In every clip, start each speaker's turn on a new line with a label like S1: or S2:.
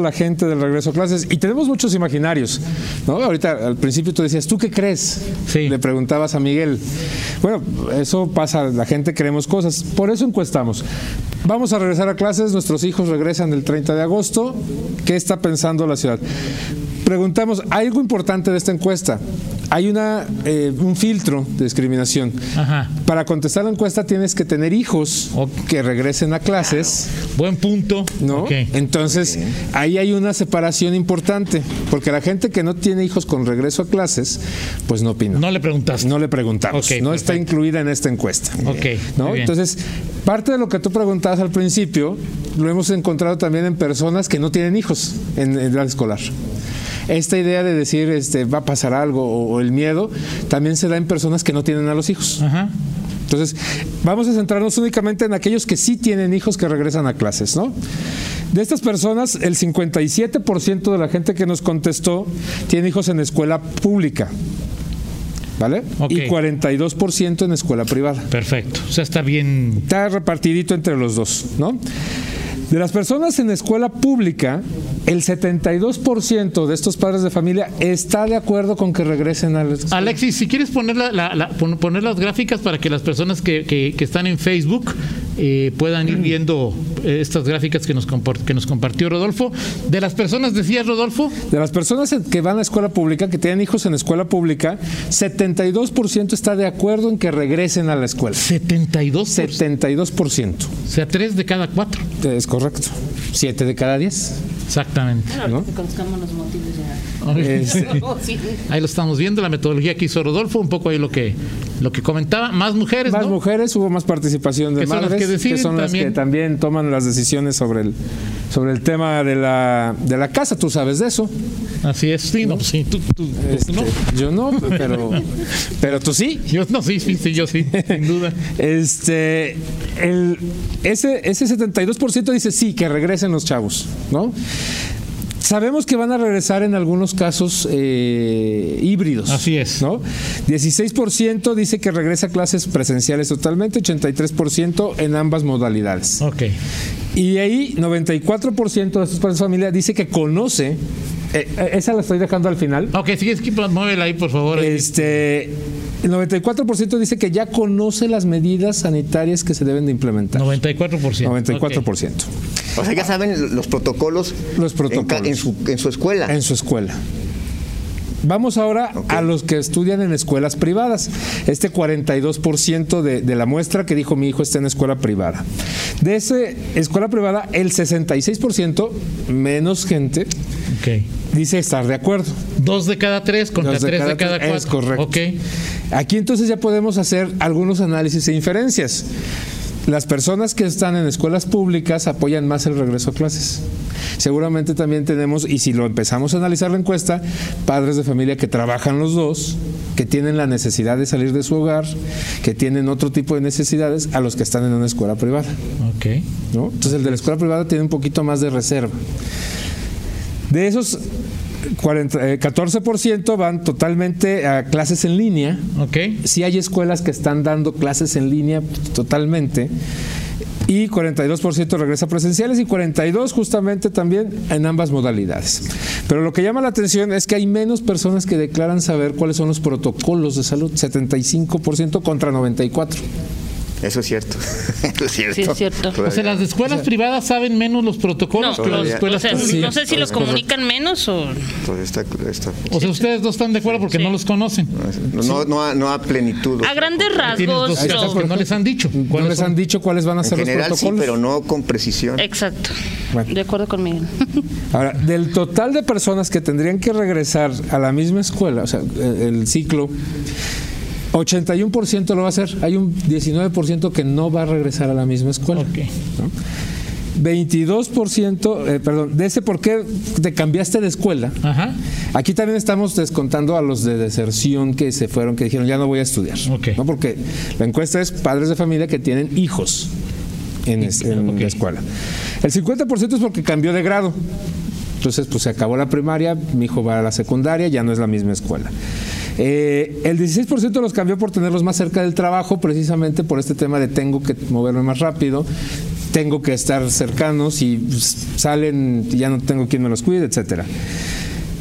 S1: la gente del regreso a clases y tenemos muchos imaginarios, ¿no? Ahorita al principio tú decías, ¿tú qué crees?
S2: Sí.
S1: Le preguntabas a Miguel. Bueno, eso pasa, la gente creemos cosas, por eso encuestamos. Vamos a regresar a clases, nuestros hijos regresan el 30 de agosto, ¿qué está pensando la ciudad? Preguntamos, ¿hay algo importante de esta encuesta? Hay una, eh, un filtro de discriminación.
S2: Ajá.
S1: Para contestar la encuesta tienes que tener hijos
S2: Ok.
S1: que regresen a clases.
S2: Buen punto.
S1: ¿no?
S2: Ok.
S1: Entonces, ahí hay una separación importante, porque la gente que no tiene hijos con regreso a clases, pues no opina.
S2: No
S1: No,
S2: le preguntaste.
S1: le preguntamos,
S2: Ok,
S1: no está
S2: perfecto.
S1: incluida en esta encuesta.
S2: Ok,
S1: ¿no?
S2: muy bien.
S1: Entonces, parte de lo que tú preguntabas al principio, lo hemos encontrado también en personas que no tienen hijos en el edad escolar. Esta idea de decir este, va a pasar algo o, o el miedo también se da en personas que no tienen a los hijos.
S2: Ajá.
S1: Entonces, vamos a centrarnos únicamente en aquellos que sí tienen hijos que regresan a clases, ¿no? De estas personas, el 57% de la gente que nos contestó tiene hijos en escuela pública, ¿vale?
S2: Ok.
S1: Y 42% en escuela privada.
S2: Perfecto. O sea, está bien.
S1: Está repartidito entre los dos, ¿no? De las personas en escuela pública, el 72% de estos padres de familia está de acuerdo con que regresen a la escuela.
S2: Alexis, si quieres poner, la- la- la- pon- poner las gráficas para que las personas que, que- que están en Facebook eh, puedan ir viendo eh, estas gráficas que nos, compor- que nos compartió Rodolfo. De las personas, decías Rodolfo,
S1: De las personas en- que van a escuela pública, que tienen hijos en escuela pública, 72% está de acuerdo en que regresen a la escuela.
S2: 72.
S1: 72%.
S2: O sea, 3 de cada 4.
S1: Es correcto. 7 de cada 10.
S2: Exactamente.
S3: Bueno,
S1: ¿No?
S3: ahorita que conozcamos los motivos ya.
S1: Este,
S3: Oh, Sí.
S2: Ahí lo estamos viendo, la metodología que hizo Rodolfo, un poco ahí lo que, lo que comentaba. Más mujeres,
S1: más
S2: ¿no?
S1: mujeres, hubo más participación de
S2: Que son las
S1: madres,
S2: que deciden
S1: son las
S2: también.
S1: que también toman las decisiones sobre el, sobre el tema de la, de la casa. Tú sabes de eso.
S2: Así es, sí, no, pues sí, tú, tú- tú,
S1: Este,
S2: ¿no?
S1: Yo no, pero, pero tú sí.
S2: Yo no, sí, sí, sí, yo sí, sin duda.
S1: Este, el, ese, ese 72% dice sí, que regresen los chavos, ¿no? Sabemos que van a regresar en algunos casos eh, híbridos.
S2: Así es.
S1: ¿no? 16% dice que regresa a clases presenciales totalmente, 83% en ambas modalidades.
S2: Ok.
S1: Y de ahí, 94% de sus padres de familia dice que conoce, eh, eh, esa la estoy dejando al final,
S2: Ok, sí, es que pues, muévela ahí, por favor. ahí.
S1: este, el 94% dice que ya conoce las medidas sanitarias que se deben de implementar.
S2: 94%.
S1: 94%
S4: O sea, ya saben los protocolos,
S1: Los protocolos.
S4: en ca- En, su, en su escuela.
S1: en su escuela. Vamos ahora a los que estudian en escuelas privadas. Este 42% de, de la muestra que dijo mi hijo está en escuela privada. De esa escuela privada, el 66%, menos gente,
S2: Ok. Ok.
S1: dice estar de acuerdo.
S2: Dos de cada tres contra
S1: Los de
S2: tres de
S1: cada
S2: cada
S1: tres,
S2: cuatro.
S1: es correcto.
S2: Ok.
S1: Aquí entonces ya podemos hacer algunos análisis e inferencias. Las personas que están en escuelas públicas apoyan más el regreso a clases. Seguramente también tenemos, y si lo empezamos a analizar la encuesta, padres de familia que trabajan los dos, que tienen la necesidad de salir de su hogar, que tienen otro tipo de necesidades a los que están en una escuela privada.
S2: Ok.
S1: ¿no? Entonces el de la escuela privada tiene un poquito más de reserva. De esos 40, eh, 14% van totalmente a clases en línea.
S2: Ok.
S1: Sí hay escuelas que están dando clases en línea totalmente. Y 42% regresa a presenciales y 42 justamente también en ambas modalidades. Pero lo que llama la atención es que hay menos personas que declaran saber cuáles son los protocolos de salud, 75% contra 94.
S4: Eso es cierto. Eso es cierto.
S3: Sí, es cierto.
S4: Todavía.
S2: O sea, las escuelas privadas saben menos los protocolos
S3: No.
S2: que las
S4: Todavía.
S3: O
S2: escuelas
S3: sea,
S2: públicas.
S3: no sé si los comunican menos o
S4: Todavía está- está-
S2: O sea, ustedes no están de acuerdo porque no los conocen.
S4: no, no, no a, no a plenitud.
S3: a grandes
S2: Tienes dos
S3: rasgos.
S2: casos
S3: lo-
S2: que no les han dicho.
S1: No
S2: ¿Cuáles
S1: les
S2: son?
S1: han dicho cuáles van a
S4: En
S1: ser los
S4: general sí,
S1: protocolos.
S4: pero no con precisión.
S3: Exacto.
S1: Bueno.
S3: De acuerdo con Miguel.
S1: Ahora, del total de personas que tendrían que regresar a la misma escuela, o sea, el, el ciclo, 81% lo va a hacer. Hay un 19% que no va a regresar a la misma escuela.
S2: Ok.
S1: 22%, eh, perdón, de ese por qué te cambiaste de escuela.
S2: Ajá.
S1: Aquí también estamos descontando a los de deserción que se fueron, que dijeron ya no voy a estudiar.
S2: Ok.
S1: ¿no? Porque la encuesta es padres de familia que tienen hijos en, es- en
S2: Ok.
S1: la escuela. El 50% es porque cambió de grado. Entonces, pues se acabó la primaria, mi hijo va a la secundaria, ya no es la misma escuela. Eh, el 16% los cambió por tenerlos más cerca del trabajo, precisamente por este tema de tengo que moverme más rápido, tengo que estar cercanos y pues, salen, ya no tengo quien me los cuide, etcétera.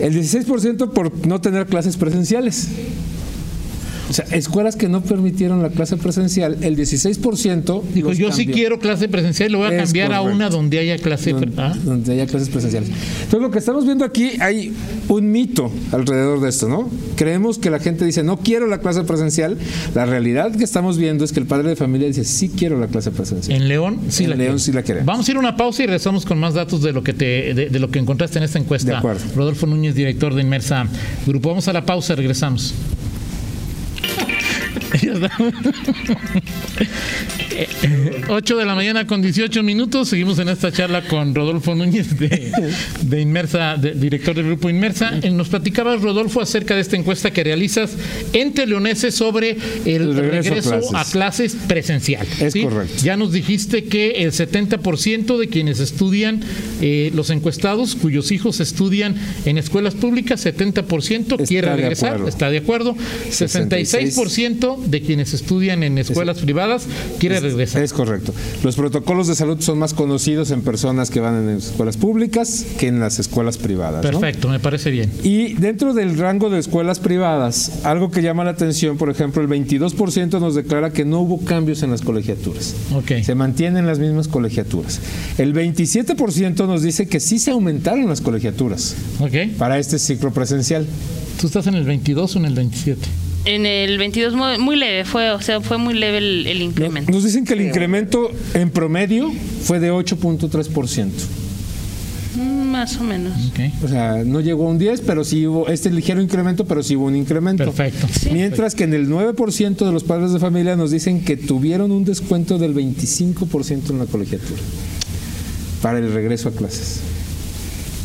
S1: El 16% por no tener clases presenciales. O sea, escuelas que no permitieron la clase presencial, el 16%
S2: Dijo,
S1: los
S2: yo sí
S1: cambió.
S2: quiero clase presencial y lo voy a
S1: Es
S2: cambiar a
S1: correcto.
S2: una donde haya clase. pre-
S1: Don-
S2: ah.
S1: donde, haya clases presenciales. Entonces, lo que estamos viendo aquí, hay un mito alrededor de esto, ¿no? Creemos que la gente dice, no quiero la clase presencial. La realidad que estamos viendo es que el padre de familia dice, sí quiero la clase presencial.
S2: En León sí
S1: En
S2: la
S1: León
S2: queremos.
S1: sí la queremos.
S2: Vamos a ir a una pausa y regresamos con más datos de lo que te, de, de lo que encontraste en esta encuesta.
S1: De acuerdo.
S2: Rodolfo Núñez, director de Inmersa Grupo. Vamos a la pausa, regresamos. Ya está. 8 de la mañana con 18 minutos. Seguimos en esta charla con Rodolfo Núñez de, de Inmersa, de- director del grupo Inmersa. Eh, Nos platicabas, Rodolfo, acerca de esta encuesta que realizas entre leoneses sobre el,
S1: El regreso
S2: regreso,
S1: a
S2: a,
S1: clases.
S2: clases presencial.
S1: Es correcto.
S2: Ya nos dijiste que el 70% de quienes estudian, eh, los encuestados cuyos hijos estudian en escuelas públicas, 70% quiere
S1: de
S2: regresar,
S1: acuerdo.
S2: está de acuerdo. 66% de quienes estudian en escuelas privadas quiere regresar.
S1: Es correcto. Los protocolos de salud son más conocidos en personas que van en escuelas públicas que en las escuelas privadas. ¿no?
S2: Perfecto, me parece bien.
S1: Y dentro del rango de escuelas privadas, algo que llama la atención, por ejemplo, el 22% nos declara que no hubo cambios en las colegiaturas.
S2: Ok.
S1: Se mantienen las mismas colegiaturas. El 27% nos dice que sí se aumentaron las colegiaturas
S2: Ok.
S1: para este ciclo presencial.
S2: ¿Tú estás en el 22 o en el 27?
S3: En el 22 muy, muy leve fue, o sea, fue muy leve el, el
S1: No-
S3: incremento.
S1: Nos dicen que el incremento en promedio fue de 8.3%.
S3: Mm, Más o menos.
S2: Ok.
S1: O sea, no llegó a un 10, pero sí hubo este ligero incremento, pero sí hubo un incremento.
S2: Perfecto.
S1: Mientras que en el 9% de los padres de familia nos dicen que tuvieron un descuento del 25% en la colegiatura para el regreso a clases.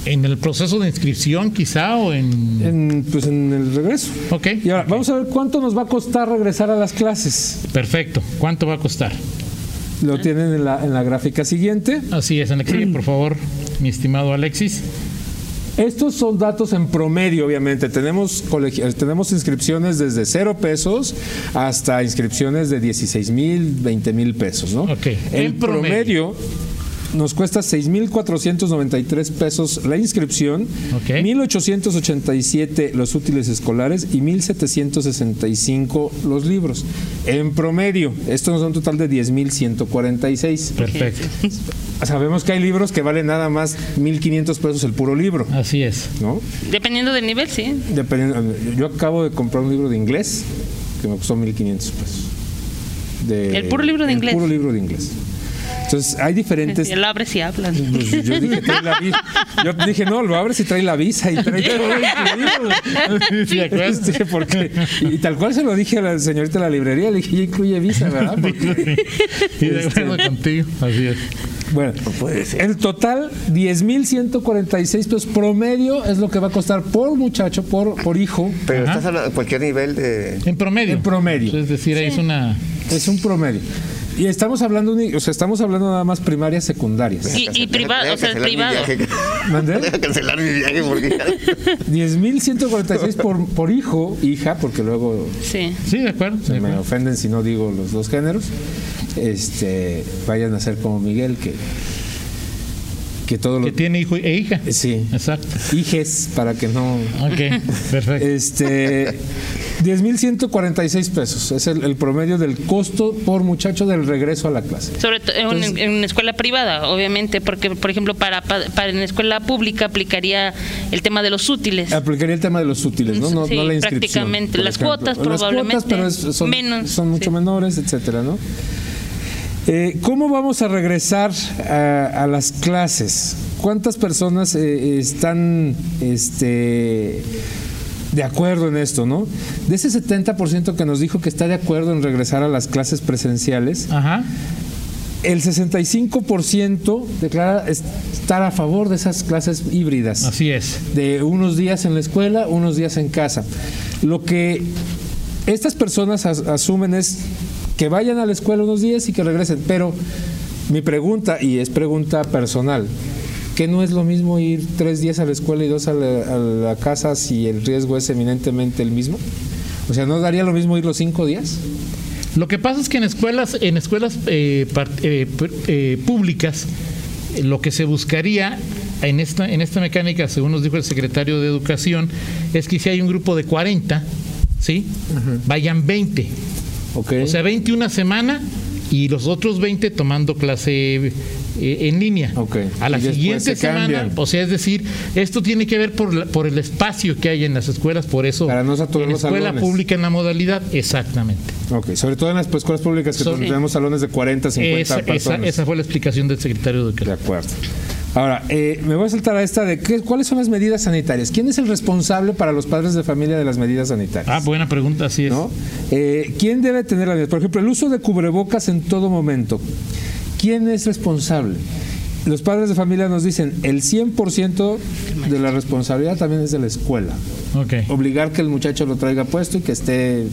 S2: ¿En el proceso de inscripción quizá o en...?
S1: En, pues en el regreso.
S2: Ok.
S1: Y ahora, vamos a ver cuánto nos va a costar regresar a las clases.
S2: Perfecto. ¿Cuánto va a costar?
S1: Lo tienen en la, en la gráfica siguiente.
S2: Así es, en la que sigue, por favor, mi estimado Alexis.
S1: Estos son datos en promedio, obviamente. Tenemos, colegi- eh, tenemos inscripciones desde 0 pesos hasta inscripciones de 16 mil, 20 mil pesos, ¿no?
S2: Ok,
S1: El
S2: en promedio.
S1: promedio nos cuesta 6.493 pesos la inscripción,
S2: Ok.
S1: 1.887 los útiles escolares y 1.765 los libros. En promedio, esto nos da un total de 10.146.
S2: Perfecto.
S1: Sabemos que hay libros que valen nada más 1.500 pesos el puro libro,
S2: Así es.
S1: ¿no?
S3: Dependiendo del nivel, sí.
S1: Dependiendo, yo acabo de comprar un libro de inglés que me costó 1500 pesos. De-
S3: ¿El puro libro de
S1: el
S3: inglés?
S1: puro libro de inglés. Entonces, hay diferentes.
S3: Él abre si hablan.
S1: Pues, yo, dije, trae la vi- yo dije, no, lo abres y trae la visa y trae todo incluido.
S2: Sí, ¿de acuerdo?
S1: Este, porque- y tal cual se lo dije a la señorita de la librería, le dije, ya incluye visa, ¿verdad? Porque-
S2: Y de acuerdo contigo. Así es.
S1: bueno, el total, 10.146 pesos promedio es lo que va a costar por muchacho, por, por hijo,
S4: Pero
S2: Ajá.
S4: estás hablando de cualquier nivel de.
S2: En promedio.
S1: En promedio.
S2: Es decir, ahí es una.
S1: Es un promedio. Y estamos hablando, uni- o sea, estamos hablando nada más primarias, secundarias.
S3: Y, y privado, o sea, el privado.
S1: ¿Mandé?
S4: Voy a cancelar mi viaje porque
S1: 10.146 por, por hijo, hija, porque luego
S3: Sí.
S2: Sí, de acuerdo.
S1: se
S2: de
S1: me
S2: acuerdo.
S1: ofenden si no digo los dos géneros. Este, vayan a ser como Miguel, que, que todo lo...
S2: Que tiene hijo e hija.
S1: Sí.
S2: Exacto.
S1: Hijes, para que no...
S2: Ok, perfecto.
S1: Este, 10.146 pesos es el, el promedio del costo por muchacho del regreso a la clase.
S3: Sobre todo en,
S1: Entonces-
S3: en una escuela privada, obviamente, porque, por ejemplo, para, pa- para en la escuela pública aplicaría el tema de los útiles.
S1: Aplicaría el tema de los útiles, ¿no? No,
S3: Sí,
S1: no la inscripción.
S3: prácticamente.
S1: por
S3: Las
S1: ejemplo.
S3: cuotas
S1: Las
S3: probablemente
S1: pero es- son,
S3: menos,
S1: son mucho
S3: sí.
S1: menores, etcétera, ¿no? Eh, ¿Cómo vamos a regresar a, a las clases? ¿Cuántas personas eh, están este, de acuerdo en esto, no? De ese 70% que nos dijo que está de acuerdo en regresar a las clases presenciales,
S2: Ajá.
S1: el 65% declara est- estar a favor de esas clases híbridas
S2: Así es.
S1: de unos días en la escuela, unos días en casa. Lo que estas personas as- asumen es que vayan a la escuela unos días y que regresen. Pero mi pregunta, y es pregunta personal, que no es lo mismo ir tres días a la escuela y dos a la, a la casa si el riesgo es eminentemente el mismo? O sea, ¿no daría lo mismo ir los cinco días?
S2: Lo que pasa es que en escuelas, en escuelas eh, par- eh, pr- eh, públicas, eh, lo que se buscaría en esta, en esta mecánica, según nos dijo el secretario de Educación, es que si hay un grupo de 40, ¿sí? Vayan 20.
S1: Ok.
S2: O sea, 20 una semana y los otros 20 tomando clase eh, en línea.
S1: Ok.
S2: A la
S1: Y después
S2: siguiente
S1: se
S2: semana,
S1: cambian.
S2: o sea, es decir, esto tiene que ver por, la- por el espacio que hay en las escuelas, por eso
S1: Para no saturar
S2: en
S1: los
S2: escuela
S1: salones.
S2: pública en la modalidad, exactamente.
S1: ok, sobre todo en las escuelas públicas que
S2: So- eh,
S1: tenemos salones de 40, 50
S2: Esa, esa-
S1: personas.
S2: esa fue la explicación del secretario
S1: De
S2: de Educación.
S1: acuerdo. Ahora, eh, me voy a saltar a esta de qué- cuáles son las medidas sanitarias. ¿Quién es el responsable para los padres de familia de las medidas sanitarias?
S2: Ah, buena pregunta, así es.
S1: ¿no? Eh, ¿Quién debe tener la medida? Por ejemplo, el uso de cubrebocas en todo momento. ¿Quién es responsable? Los padres de familia nos dicen, el 100% de la responsabilidad también es de la escuela.
S2: Ok.
S1: Obligar que el muchacho lo traiga puesto y que esté...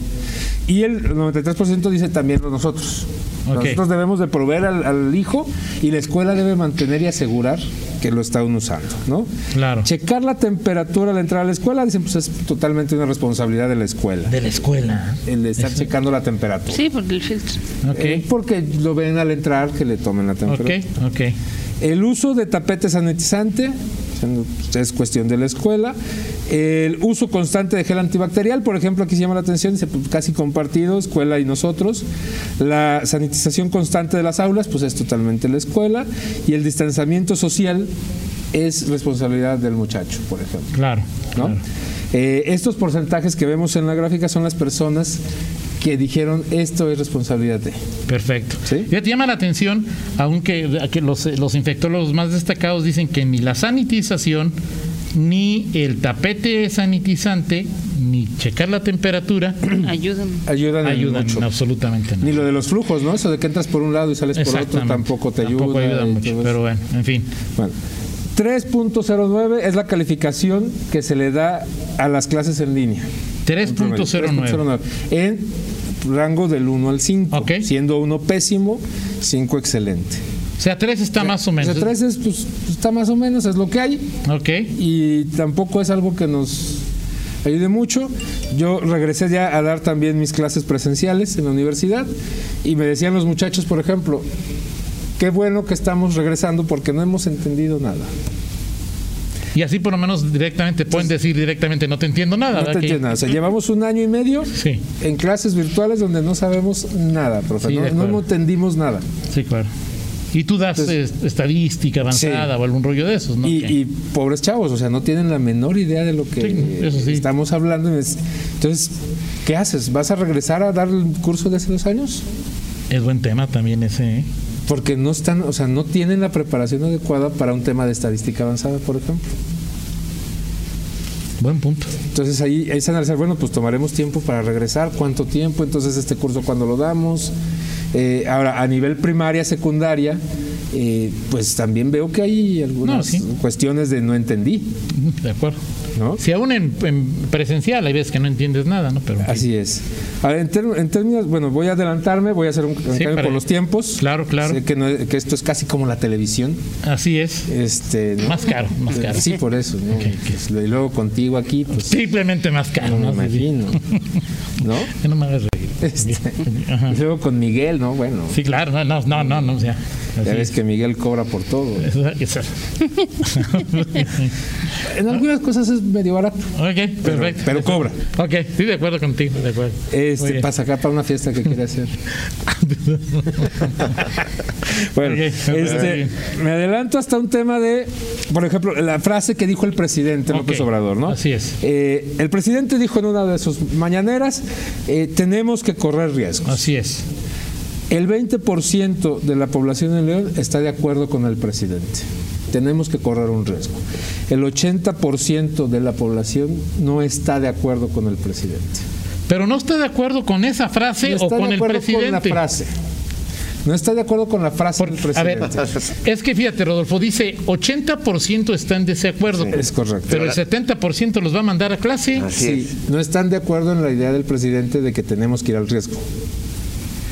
S1: Y el 93% dice también nosotros.
S2: Ok.
S1: Nosotros debemos de proveer al, al hijo y la escuela debe mantener y asegurar que lo están usando, ¿no?
S2: Claro.
S1: Checar la temperatura al entrar a la escuela, dicen, pues es totalmente una responsabilidad de la escuela
S2: De la escuela.
S1: el de estar checando la temperatura.
S3: Sí, por el filtro.
S2: Ok,
S1: Eh, porque lo ven al entrar que le tomen la
S2: ok,
S1: temperatura.
S2: ok.
S1: El uso de tapete sanitizante siendo- es cuestión de la escuela. El uso constante de gel antibacterial, por ejemplo, aquí se llama la atención, dice, pues, casi compartido, escuela y nosotros. La sanitización constante de las aulas, pues es totalmente la escuela. Y el distanciamiento social es responsabilidad del muchacho, por ejemplo.
S2: Claro.
S1: ¿no?
S2: claro.
S1: Eh, estos porcentajes que vemos en la gráfica son las personas que dijeron esto es responsabilidad de.
S2: Perfecto.
S1: ¿Sí?
S2: Ya te llama la atención, aunque a que los, los infectólogos más destacados dicen que ni la sanitización, ni el tapete sanitizante, ni checar la temperatura
S3: Ayúdame.
S1: Ayudan, en
S2: ayudan
S1: mucho.
S2: absolutamente nada.
S1: Ni lo de los flujos, ¿no? Eso de que entras por un lado y sales por otro
S2: Exactamente.
S1: tampoco te
S2: Tampoco
S1: ayuda.
S2: ayuda
S1: y
S2: mucho,
S1: todo eso.
S2: pero bueno, en fin.
S1: Bueno, 3.09 es la calificación que se le da a las clases en línea. En promedio, 3.09.
S2: 3.09.
S1: En rango del 1 al 5,
S2: Ok.
S1: siendo 1 pésimo, 5 excelente.
S2: O sea, 3 está más o menos.
S1: O sea, 3 es, pues, está más o menos, es lo que hay.
S2: Ok.
S1: y tampoco es algo que nos ayude mucho. Yo regresé ya a dar también mis clases presenciales en la universidad y me decían los muchachos, por ejemplo, qué bueno que estamos regresando porque no hemos entendido nada.
S2: Y así por lo menos directamente pueden decir directamente, no te entiendo nada.
S1: No
S2: ¿verdad?
S1: te
S2: Que-
S1: entiendo nada. O sea, llevamos un año y medio
S2: Sí.
S1: en clases virtuales donde no sabemos nada, profe.
S2: Sí,
S1: no,
S2: de
S1: no
S2: acuerdo.
S1: entendimos nada.
S2: Sí, claro. Y tú das
S1: Entonces-
S2: eh, estadística avanzada o algún rollo de esos, ¿no?
S1: Y,
S2: Que-
S1: y pobres chavos, o sea, no tienen la menor idea de lo que
S2: Sí, eso sí.
S1: estamos hablando. Es- Entonces, ¿qué haces? ¿Vas a regresar a dar el curso de hace dos años?
S2: Es buen tema también ese. ¿eh?
S1: Porque no están, o sea, no tienen la preparación adecuada para un tema de estadística avanzada, por ejemplo.
S2: Buen punto.
S1: Entonces ahí es analizar, bueno, pues tomaremos tiempo para regresar, cuánto tiempo, entonces este curso cuando lo damos. Eh, ahora, a nivel primaria, secundaria, eh, pues también veo que hay algunas
S2: No, sí.
S1: cuestiones de no entendí,
S2: Mm, De acuerdo.
S1: ¿no?
S2: Si aún en, en presencial hay veces que no entiendes nada, ¿no? Pero en fin.
S1: Así es. Ahora, en, ter- en términos, bueno, voy a adelantarme, voy a hacer un un cambio
S2: para-
S1: por los tiempos.
S2: Claro, claro.
S1: Sé que, no- que esto es casi como la televisión.
S2: así es.
S1: Este, ¿no?
S2: Más caro, más caro.
S1: Sí, por eso. ¿no?
S2: Ok, ok.
S1: Pues, Y luego contigo aquí, pues
S2: Triplemente más caro.
S1: no me
S2: ¿no? Sí, sí.
S1: imagino. ¿No?
S2: Que no me hagas reír.
S1: Este,
S2: Ajá.
S1: y luego con Miguel, ¿no? Bueno,
S2: Sí, claro. No, no, no, no. no, o sea, así
S1: ya ves
S2: es.
S1: que Miguel cobra por todo.
S2: Eso- eso.
S1: En algunas cosas es medio barato.
S2: ok, perfecto.
S1: pero cobra.
S2: Ok, estoy de acuerdo contigo, de acuerdo. Muy
S1: Este,
S2: bien.
S1: para sacar para una fiesta que quiere hacer. bueno,
S2: Ok, me parece
S1: este,
S2: bien.
S1: me adelanto hasta un tema de, por ejemplo, la frase que dijo el presidente López
S2: Ok,
S1: Obrador, ¿no?
S2: así es.
S1: Eh, el presidente dijo en una de sus mañaneras, eh, tenemos que correr riesgos.
S2: Así es.
S1: El 20% de la población en León está de acuerdo con el presidente. Tenemos que correr un riesgo. El 80% de la población no está de acuerdo con el presidente.
S2: Pero no está de acuerdo con esa frase
S1: No
S2: o
S1: está
S2: con
S1: de
S2: el
S1: acuerdo con la
S2: presidente.
S1: frase. No está de acuerdo con la frase del
S2: a ver,
S1: presidente.
S2: es que fíjate, Rodolfo, dice 80% está en desacuerdo.
S1: es correcto. Ah.
S2: Pero el 70% los va a mandar a clase.
S4: Así
S1: Sí, no están de acuerdo en la idea del presidente de que tenemos que ir al riesgo.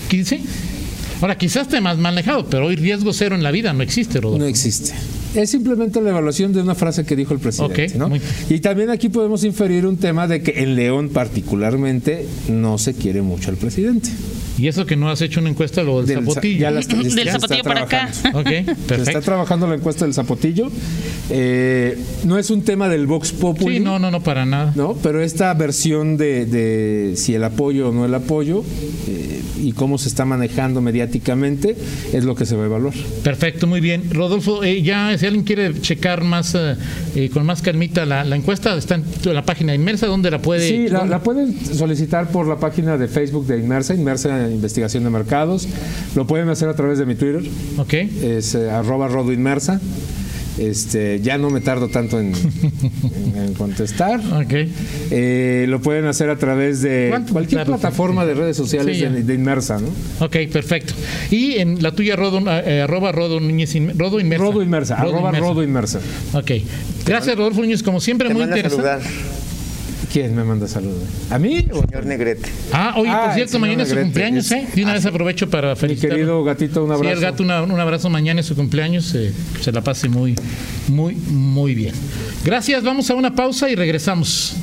S2: 15. Ahora, quizás esté más manejado, pero hoy riesgo cero en la vida no existe,
S1: No
S2: Rodolfo.
S1: existe. Es simplemente la evaluación de una frase que dijo el presidente.
S2: Ok,
S1: ¿no?
S2: muy-
S1: Y también aquí podemos inferir un tema de que en León particularmente no se quiere mucho al presidente.
S2: Y eso que no has hecho una encuesta, lo del,
S1: Del za-
S2: zapotillo.
S1: ya la está-
S3: Del
S1: ya está
S3: zapotillo para acá.
S1: trabajando.
S2: Ok,
S1: Se está
S2: perfecto.
S1: trabajando la encuesta del zapotillo. Eh, no es un tema del Vox Populi.
S2: Sí, no, no, no, para nada.
S1: ¿no? Pero esta versión de, de si el apoyo o no el apoyo eh, y cómo se está manejando mediáticamente es lo que se va a evaluar.
S2: Perfecto, muy bien. Rodolfo, eh, ya si alguien quiere checar más eh, eh, con más calmita la, la encuesta, está en tu- la página inmersa, donde la puede?
S1: Sí, la, la pueden solicitar por la página de Facebook de Inmersa, Inmersa Investigación de Mercados. Lo pueden hacer a través de mi Twitter,
S2: Ok.
S1: es eh, arroba rodo inmersa. Este, ya no me tardo tanto en, en- en contestar.
S2: Ok.
S1: Eh, lo pueden hacer a través de
S2: ¿Cuánto?
S1: cualquier
S2: Claro,
S1: plataforma
S2: sí.
S1: de redes sociales
S2: Sí, ya.
S1: de, de Inmersa, ¿no?
S2: Ok, perfecto. Y en la tuya, Rodo, eh, arroba Rodo Núñez Inme- Rodo Inmersa.
S1: Rodo Inmersa, arroba Rodo Inmersa.
S2: Ok. Gracias, Rodolfo Núñez, como siempre,
S4: Te
S2: muy
S4: manda a
S2: interesante.
S4: saludar,
S1: ¿Quién me manda saludos? ¿A mí? o a-
S4: señor Negrete.
S2: Ah, oye,
S1: Ah,
S2: por
S1: el
S2: cierto,
S1: señor
S2: mañana es su
S1: Negrete,
S2: cumpleaños,
S1: es-
S2: ¿eh? De una vez aprovecho para
S1: Ah, Mi
S2: felicitarlo.
S1: querido gatito, un abrazo.
S2: Sí, el gato, una- un abrazo mañana es su cumpleaños. eh, se la pase muy, muy, muy bien. Gracias, vamos a una pausa y regresamos.